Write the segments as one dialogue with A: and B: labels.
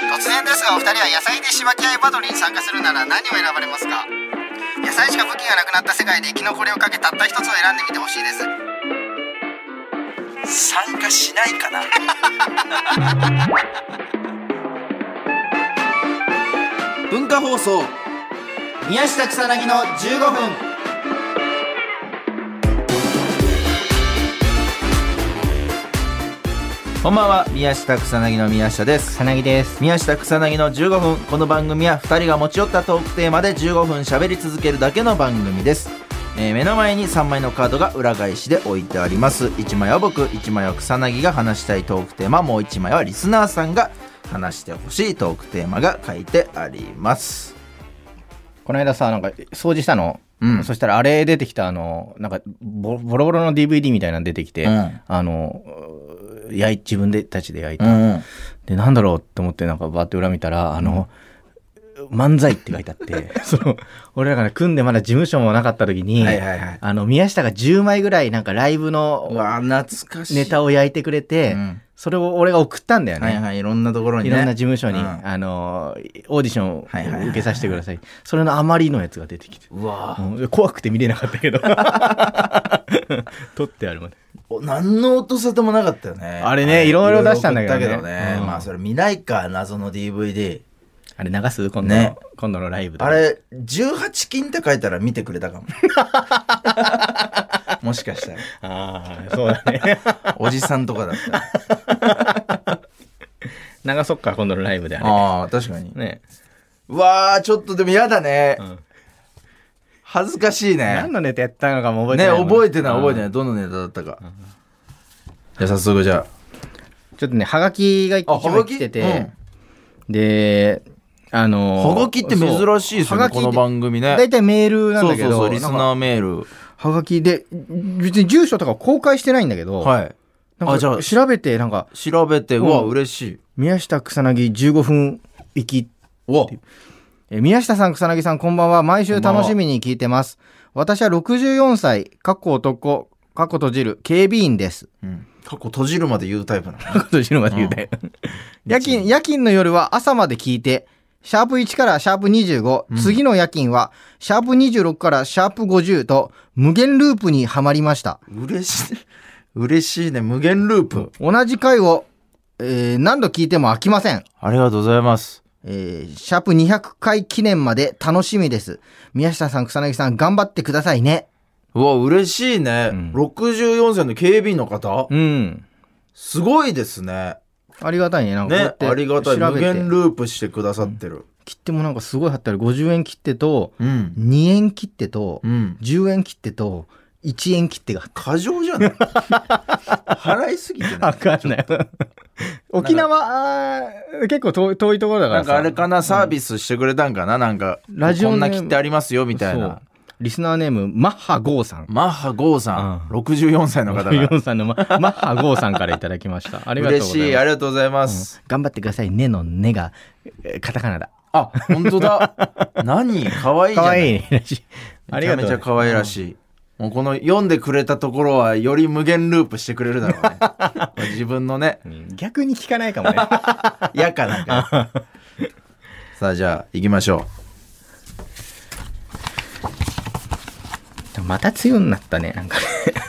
A: がお二人は野菜でしばき合いバトルに参加するなら何を選ばれますか野菜しか武器がなくなった世界で生き残りをかけたった一つを選んでみてほしいです
B: 参加しないかな
C: 文化放送
A: 宮下草薙の15分
C: こんばんは宮下草薙の宮下です
D: 草薙です
C: 宮下草薙の15分この番組は2人が持ち寄ったトークテーマで15分喋り続けるだけの番組です、えー目の前に3枚のカードが裏返しで置いてあります1枚は僕1枚は草薙が話したいトークテーマもう1枚はリスナーさんが話してほしいトークテーマが書いてあります
D: この間さなんか掃除したの、
C: うん
D: そしたらあれ出てきたあのなんかボボロボロの DVD みたいなの出てきて、
C: うん
D: あの焼い自分でたちで焼いた、
C: ん
D: でなんだろうって思ってなんかバーって裏見たらあの、漫才って書いてあって その俺らがね組んでまだ事務所もなかった時に、
C: はいはいはい
D: あの宮下が10枚ぐらいなんかライブ
C: う
D: の
C: わ懐かしい
D: ネタを焼いてくれて、
C: うん
D: それを俺が送ったんだよね、
C: はいはいいろんなところに
D: い
C: ね
D: ろんな事務所に、
C: うん
D: あのオーディション
C: はいはいはい
D: を受けさせてください,、それのあまりのやつが出てきて、
C: うわ
D: うん怖くて見れなかったけ ど撮ってあるまで
C: お何の音沙汰もなかったよね
D: あれねいろいろ出したんだけどね
C: いろいろ送ったけどね
D: うん
C: まあそれ見ないか謎の DVD
D: あれ流す今度の、
C: ね
D: 今度のライブで
C: あれ18禁って書いたら見てくれた かももしかしたら
D: ああそうだね
C: おじさんとかだったら
D: 流そっか今度のライ ブであれ
C: ああ確かに
D: ね、
C: うわーちょっとでも嫌だね
D: うん
C: 恥ずかしいね
D: 何のネタやったのかも覚えて
C: ね
D: ないもん
C: 覚えてない覚えて
D: うん
C: ないどのネタだったかじゃあ早速じゃ
D: ちょっとねはがきが一
C: ああは
D: 枚
C: がき
D: 来てて、であのー
C: はがきって珍しいですよ
D: そうはが
C: ねこ
D: き
C: の番組ね
D: 大体メールなん
C: そ
D: だ
C: う
D: け
C: そう
D: ど
C: そうリス
D: なんか
C: ナーメール
D: はがきで別に住所とか公開してないんだけど、
C: はい
D: なんか
C: あじゃあ
D: 調べてなんか
C: 調べてうわ
D: うん
C: 嬉しい
D: 宮下草薙15分行き
C: お
D: えー宮下さん草薙さんこんばんは毎週楽しみに聞いてます私は64歳かっこ男かっこ閉じる警備員です
C: 過去閉じるまで言うタイプなの
D: かっこ閉じるまで言うて、夜勤 夜勤の夜は朝まで聞いてシャープ1からシャープ25、次の夜勤はシャープ26からシャープ50と無限ループにはまりました
C: 嬉しい。 嬉しいね。無限ループ。
D: 同じ回を、えー何度聞いても飽きません
C: ありがとうございます。
D: えーシャープ200回記念まで楽しみです。宮下さん、草薙さん、頑張ってくださいね。
C: うわ、嬉しいね。
D: ん
C: 64歳の警備員の方、
D: うん。
C: すごいですね。
D: ありがたいね。なんか
C: ね、
D: こうや
C: あ
D: って
C: りがたい。
D: 調
C: 無
D: べて
C: 限。ループしてくださってる。
D: 切手もなんかすごい貼ってある。50円切手と、
C: うん。
D: 2円切手と
C: う、ん。
D: 10円切手と、1円切手が。
C: 過剰じゃない 払いすぎてない
D: かんない。 沖縄、結構遠い遠いところだ
C: なんかあれかな、サービスしてくれたんかななんか、
D: ラジオ
C: こ
D: ネー
C: ん
D: ム
C: な切手ありますよ、みたいな。。
D: そうリスナーネーム、マッハゴーさん。
C: マッハ郷さん、
D: う
C: 64歳の 方が。
D: 64さんのママッハゴーさんからいただきました。ありがとうご
C: 嬉
D: ざいます。
C: しい。ありがとうございます。
D: 頑張ってくださいねのねがえーカタカナだ。
C: あ、本当 だ。何可愛いじゃ
D: 可
C: ない
D: 愛いね。あ
C: め
D: り
C: ちゃ
D: がと
C: め
D: う
C: ちゃ可愛らしい。もうこの読んでくれたところはより無限ループしてくれるだろう ね。自分のね、
D: うん逆に聞かないかもね。
C: 嫌かなんか。さあじゃあ行きましょ
D: また強になったね。なんかね。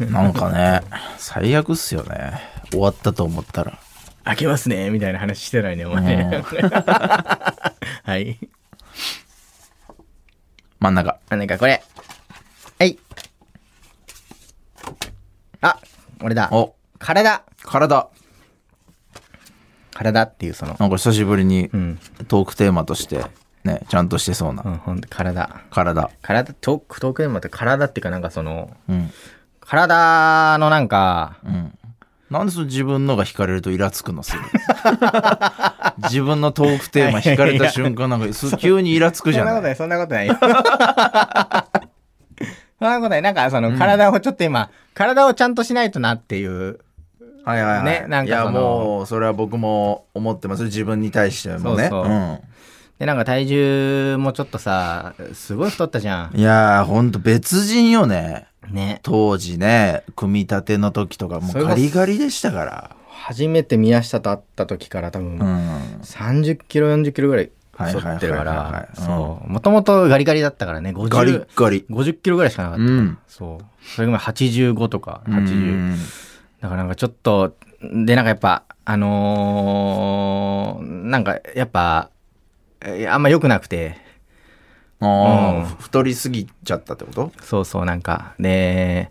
C: う。なんかね、最悪っすよね。終わったと思ったら。
D: 開けますね。みたいな話してないね、お
C: うん
D: 前。 はい。
C: 真ん中。
D: あ、なんかこれ。はい。あ、俺だ。
C: お、
D: 体。
C: 体。
D: 体っていうその。
C: なんか久しぶりに
D: ん
C: トークテーマとして、ね、ちゃんとしてそうな。
D: うん、ほんと体。
C: 体。
D: 体、トーク、トークでもって体っていうかなんかその、
C: うん。
D: 体のなんか、
C: うん。なんでその自分のが惹かれるとイラつくのすぐ 自分のトークテーマ惹かれた瞬間なんかす急にイラつくじゃない
D: そんなことない、そんなことない。 そんなことない。なんか、その、体をちょっと今、体をちゃんとしないとなっていう。
C: はいはいはい。
D: ねなん
C: い
D: か
C: や
D: その
C: もう、それは僕も思ってます。自分に対してもね。
D: そうそうで、なんか体重もちょっとさ、すごい太ったじゃ。
C: うんん。いやー、ほんと別人よね。
D: ね。
C: 当時ね、組み立ての時とか、も
D: そうれこ
C: ガ
D: そ
C: リガリでしたから。
D: 初めて宮下と会った時から多分、
C: うん。
D: 30キロ、40キロぐらい
C: はいはいはいはいはい
D: 太ってるから、
C: うん
D: そう。もともとガリガリだったからね、
C: ガリッ
D: 50、
C: ガリ。
D: 50キロぐらいしかなかった。
C: うん。
D: そう。それがまあ85とか、80。
C: うん
D: だからなんかちょっと、で、なんかやっぱ、あのーなんかやっぱ、えあんま良くなくて、
C: ああ、
D: うん
C: 太りすぎちゃったってこと
D: そうそうなんか、で、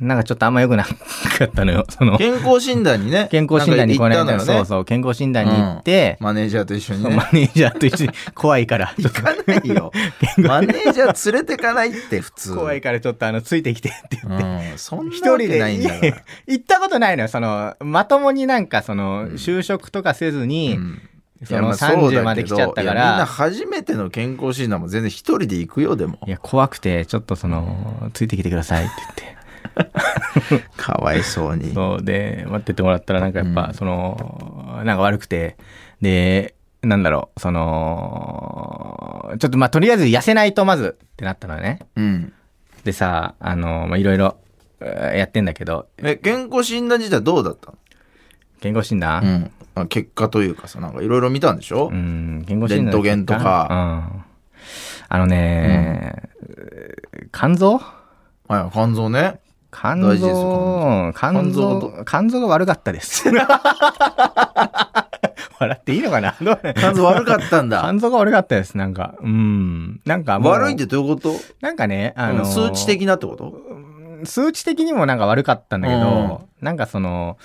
D: なんかちょっとあんま良くなかったのよ。 その、。
C: 健康診断にね
D: 健康診断に
C: こ
D: こ
C: れ
D: の
C: 行った
D: 間、
C: の
D: そ
C: よ
D: う
C: ね。
D: そう、健康診断に行って、
C: マネージャーと一緒 にね。
D: マネージャーと一緒に怖いから、ちょっと
C: 行かない よ。マネージャー連れてかないって普通。
D: 怖いからちょっとあの、ついてきてって言って。
C: うん。そん
D: 一
C: なわ
D: 人
C: け
D: で
C: ないんだか
D: いや
C: ら。
D: 行ったことないのよ。その、まともになんかその、就職とかせずに、
C: うん
D: そ
C: いやま
D: の
C: あそうだけど
D: 30まで来ちゃったか
C: いやみんな
D: ら、
C: 初めての健康診断も全然一人で行くよ、でも。
D: いや、怖くて、ちょっとその、ついてきてくださいって言っ
C: かわい そうに
D: て。。 そう、で、待っててもらったら、なんかやっ
C: う
D: ぱ、
C: ん
D: その、なんか悪くて、で、なんだろう、その、ちょっとまあ、とりあえず痩せないとまずってなったのよね。
C: うん。
D: でさ、あの、まあ、いろいろ、えーやってんだけど、
C: え、健康診断自体どうだった
D: 健康診
C: のう
D: 断
C: んあ。結果というかさ、なんかいろいろ見たんでしょ
D: うん、健康診断。
C: レントゲンとか。
D: うん。あのね、肝臓
C: はい、肝臓ね。
D: 肝
C: 大事です
D: 臓、肝
C: 臓
D: 臓、肝臓が悪かっ たです。笑っていいのかなどう ね
C: 肝臓悪かったんだ。
D: 肝臓が悪かったです、なんか。うん。なんかもう
C: 悪いってどういうこと
D: なんかね、あ
C: あ
D: の
C: の、
D: ー
C: 数値的なってこと
D: 数値的にもなんか悪かったんだけど、なんかその、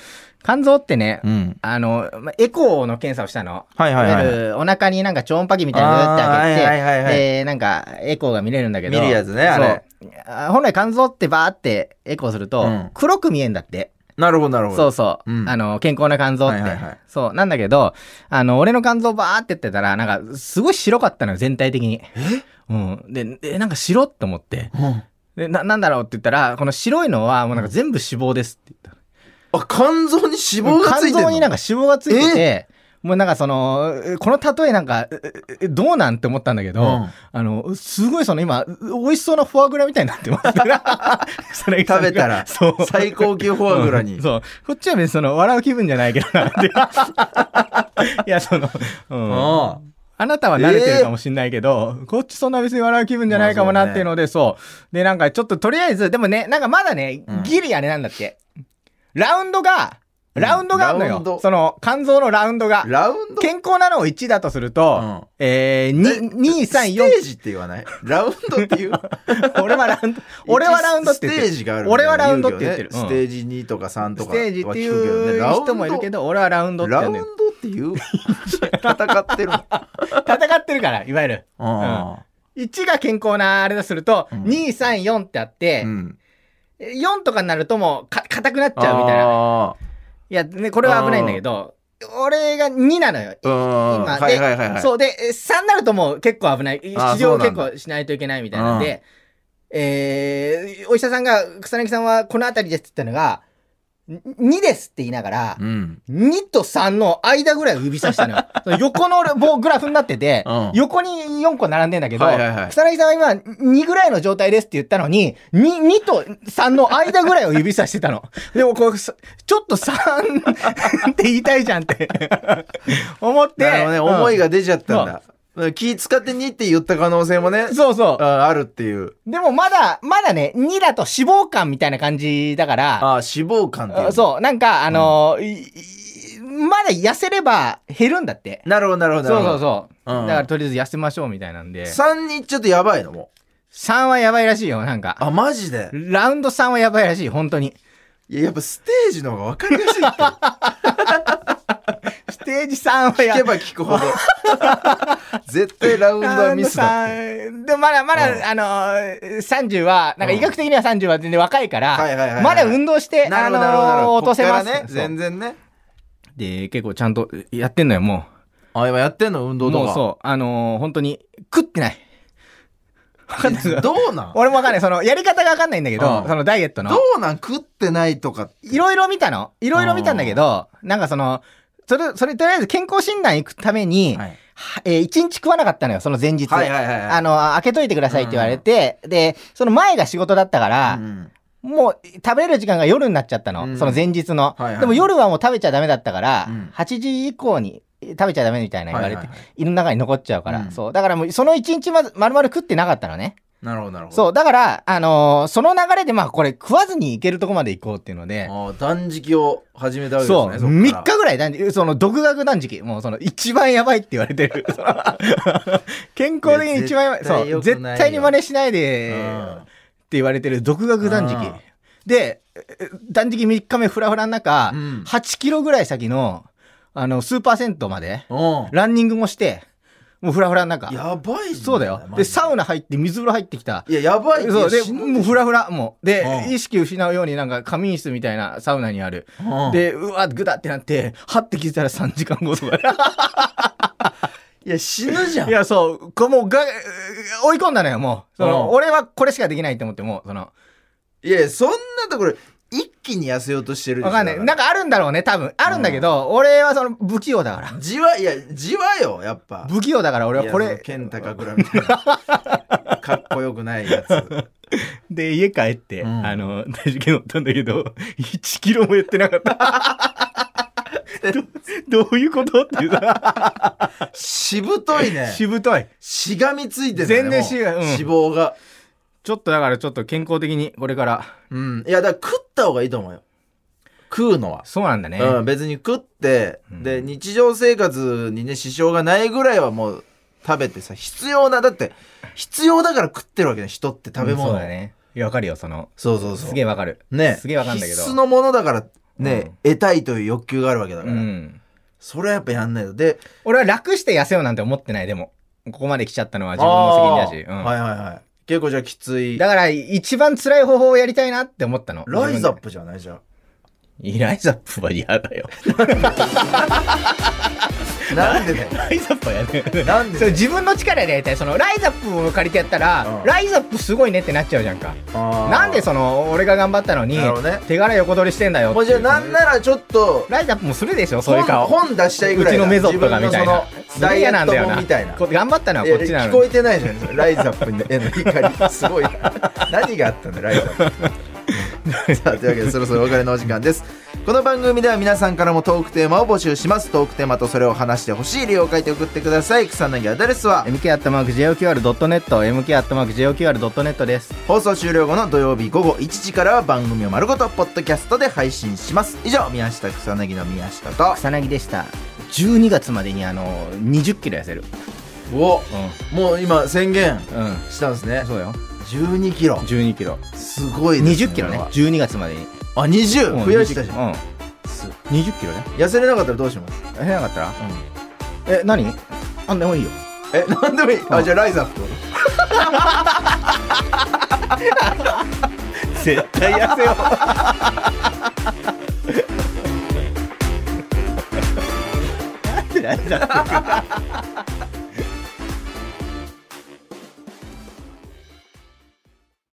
D: 肝臓ってね、
C: うん。
D: あの、まエコーの検査をしたの。
C: はいはいはい
D: わゆるお腹になんか超音波器みたいにグーって開けて、
C: あーはいはいはいはい
D: で、なんかエコーが見れるんだけど。
C: 見るやつねあれ
D: そう。あ本来肝臓ってバーってエコーすると、
C: うん
D: 黒く見えんだって。
C: なるほど、なるほど。
D: そうそう。
C: うん
D: あの、健康な肝臓って。
C: はいはいはい
D: そう。なんだけど、あの、俺の肝臓バーってやってたら、なんか、すごい白かったのよ、全体的に。うん。で、えなんか白って思って。
C: うん
D: で、な、なんだろうって言ったら、この白いのは、もうなんか全部脂肪ですって言った。
C: あ、肝臓に脂肪がついて
D: 肝
C: る
D: 臓になん
C: の
D: か脂肪がついてて、もうなんかその、えこの例えなんか、ええどうなんって思ったんだけど、
C: うん
D: あの、すごいその今、美味しそうなフォアグラみたいになっ てます。それ
C: 食べたら
D: そう。
C: 最高級フォアグラ
D: う
C: に
D: ん。そう。こっちは別にその、笑う気分じゃないけどな って。いや、その、うん。
C: あ
D: あなたは慣れてるかもしんないけど、こっちそんな別に笑う気分じゃないかもなっていうので、そうで、なんかちょっととりあえず、でもね、なんかまだね
C: うん、
D: ギリあれなんだって。ラウンドが、ラウンドがあるの
C: ラウンド
D: よ。その、肝臓のラウンドが
C: あ。ラウンド
D: 健康なのを1だとすると、
C: うん
D: えー、2、2、3、
C: ステ
D: 4
C: ージって言わないラウンドっていう。
D: 俺はラウ ンド、 俺はラウンドって言って
C: ステージがある。
D: 俺はラウンドって言ってる。
C: 言うよねステージ2とか3と
D: ス
C: か。
D: テージっていう人もいるけど、俺はラウンドって
C: ラ
D: 呼
C: ウ
D: ん
C: ン
D: で
C: ド
D: る。
C: っていう 戦って るの。
D: 戦ってるから、いわゆる。
C: あ
D: 1が健康なあれだとすると、
C: うん
D: 2、3、4ってあって
C: ー、うん
D: 4とかになるともうか、硬くなっち
C: あー。
D: ゃうみたいな。いや、ね、これは危ないんだけど、俺が2なのよ。
C: うん。
D: 今で
C: はいはいはいはい。
D: そうで、え3になるともう結構危ない。出
C: あー
D: 場
C: そう
D: を
C: な
D: 結
C: んだ
D: 構しないといけないみたいなんで、えー、お医者さんが、草薙さんはこの辺りですって言ったのが、2ですって言いながら、
C: うん。
D: 2と3の間ぐらいを指さしたのよ。その横の棒グラフになってて、
C: うん
D: 横に4個並んでんだけど、
C: はいはいはい
D: 草薙さんは今2ぐらいの状態ですって言ったのに、2, 2と3の間ぐらいを指さして たの。でもこう、さちょっと3 って言いたいじゃんって 思って、
C: なるほどね。
D: うん
C: 思いが出ちゃったんだ。だから気使って2って言った可能性もね、
D: そうそ
C: うんあるっていう。
D: う。でもまだ、まだね、2だと脂肪感みたいな感じだから、
C: ああ、脂肪肝っていう
D: あ
C: の。
D: そう、なんかあのーいいまだ痩せれば減るんだって。
C: なるほど、なるほど。
D: そうそう
C: う。
D: そう。
C: ん
D: だからとりあえず痩せましょうみたいなんで。
C: 3人ちょっとやばいのもう。
D: 3はやばいらしいよ、なんか。
C: あ、マジで
D: ラウンド3はやばいらしい、本当に。
C: いや、やっぱステージの方が分かりやすいって。
D: ステージ3はや
C: 聞けば聞く ほど。絶対ラウンドはミスだって。
D: 3で、まだまだ、
C: うん
D: あのー、30は、なんか医学的には30は全然若いか
C: はいはいはいは
D: ら、
C: い
D: まだ運動して、
C: なる
D: あ
C: ほど、なるほどなる
D: のー、
C: ほど。
D: 落とせます
C: こっからね。
D: そう
C: 全然ね。
D: で、結構ちゃんとやってんのよ、も
C: あ、今やってんの運
D: う。
C: 動と
D: もう
C: か。
D: そう、あのー、本当に、食ってない。
C: えどうなんど
D: 俺もわかんない。その、やり方がわかんないんだけ
C: う
D: ど、
C: ん
D: そのダイエットの。
C: うなん食ってないとか。
D: いろいろ見たのいろいろ見たんだけど、なんかその、それ、それとりあえず健康診断行くために、
C: はい
D: はえー一日食わなかったのよ、その前日。
C: はいはいはいはい。
D: あの、開けといてくださいって言われて、で、その前が仕事だったから、
C: うん
D: もう食べれる時間が夜になっちゃったの、
C: うん
D: その前日の、
C: はいはい
D: でも夜はもう食べちゃダメだったから、
C: うん
D: 8時以降に食べちゃダメみたいな言われて、
C: はいはいはい
D: 胃の中に残っちゃうから、
C: うん
D: そうだからもうその1日まず丸々食ってなかったのね
C: なるほどなるほど
D: そうだから、あのーその流れでまあこれ食わずにいけるとこまで行こうっていうので
C: あー断食を始めたわけですね
D: そう
C: っから
D: 3日ぐらい断食その独学断食もうその一番やばいって言われてるその健康的に一番やばい
C: 絶対
D: そう
C: 良くないよ
D: 絶対に真似しないで
C: うん
D: って言われてる独学
C: う
D: 断
C: ん
D: 食でえ断食3日目フラフラの中、
C: うん
D: 8キロぐらい先のあのスーパー銭湯まで
C: うん
D: ランニングもしてもうフラフラの中
C: やばい
D: そうだよでサウ
C: ナ
D: ナ入って水風呂入ってきた
C: いややばいって
D: そうで
C: 死ぬ
D: もうフラフラもうで、
C: うん
D: 意識失うようになんか仮眠室みたいなサウナにある、
C: うん
D: でうわグダってなってはって気づいたら3時間後とか
C: いや死ぬじゃん
D: いやそうこうもうが追い込んだのよもうその、
C: うん
D: 俺はこれしかできないと思ってもうその
C: いやそんなところ一気に痩せようとしてるでしょ
D: わかんない
C: だら
D: なんかあるんだろうね多分あるんだけど、俺はその不器用だから
C: じわいやじわよやっぱ
D: 不器用だから俺はこ
C: いやそ
D: れ
C: の剣高倉みたいなかっこよくないやつ
D: で家帰って、
C: うん
D: あの大事件乗ったんだけど1キロもやってなかった どどういうことっていうさ
C: しぶといね
D: しぶとい
C: しがみついてる、ね、
D: 全然しが
C: もう
D: うん
C: 脂肪が
D: ちょっとだからちょっと健康的にこれから。
C: うんいやだから食った方がいいと思うよ食うのは、
D: そうなんだね。
C: うん、別に食って、
D: うん
C: で日常生活にね支障がないぐらいはもう食べてさ必要なだって必要だから食ってるわけね人って食べ物、
D: そうだね。いや、わかるよ、その。
C: そうそうそう
D: すげえわかる。
C: ね
D: すげえわかんだけど。
C: 必須のものだからね、得たいという欲求があるわけだか
D: う
C: ら、
D: ん。
C: それはやっぱやんないとで
D: 俺は楽して痩せようなんて思ってない、でも。ここまで来ちゃったのは自分の責任だし。
C: あー
D: うん
C: はいはいはい結構じゃあきつい
D: だから、一番辛い方法をやりたいなって思ったの。
C: ライズアッ
D: プ
C: プじゃないじゃん
D: ライズアップは嫌だよ。
C: なんでだよ
D: ライズアップは嫌だよ。
C: なんで
D: そ
C: だ
D: う
C: よ
D: 自分の力でやりたいそのライズアップを借りてやったら、
C: うん
D: ライズアップすごいねってなっちゃうじゃんか
C: あー
D: なんでその俺が頑張ったのに、
C: なるほどね
D: 手柄横取りしてんだよって
C: もう
D: い
C: じゃあ
D: う
C: なんならちょっと
D: ライズアップもするでしょそうい
C: 本
D: う顔
C: 本出したいぐらいう
D: ち
C: だ
D: のメソッドがみたいな
C: 自分の。その
D: ダ
C: ダ
D: イ
C: イエ
D: ヤなんだよ
C: ット
D: な。
C: もみたいな
D: こ頑張ったのはいこ
C: や
D: っちな
C: 聞
D: の
C: こ
D: に。
C: えてないじゃんライズアップの絵の怒りすごい な何があったんだライズアッ プさあというわけでそろそろお別れのお時間ですこの番組では皆さんからもトークテーマを募集しますトークテーマとそれを話してほしい理由を書いて送ってください草薙アドレスは
D: mk.joqr.net、mk.joqr.net です。
C: 放送終了後の土曜日午後1時からは番組を丸ごとポッドキャストで配信します以上宮下草薙の宮下と
D: 草薙でした。12月までにあの、20キロ痩せる。
C: お
D: う
C: もう今宣言
D: ん。うん。
C: したんですね
D: そうよ。
C: 1 2キロ
D: 12キロ。
C: すごいです、ね、
D: 20キロね
C: こ。
D: 12月までに。
C: れはあ20増やしたじゃん、
D: うん。
C: す
D: 20キロね。
C: 痩せれなかったらどうします
D: 痩せなかったらえ、何あんでもいいよ。
C: えなんでもいいあじゃあライズアップ
D: 絶対痩せよう。なんでライズアップ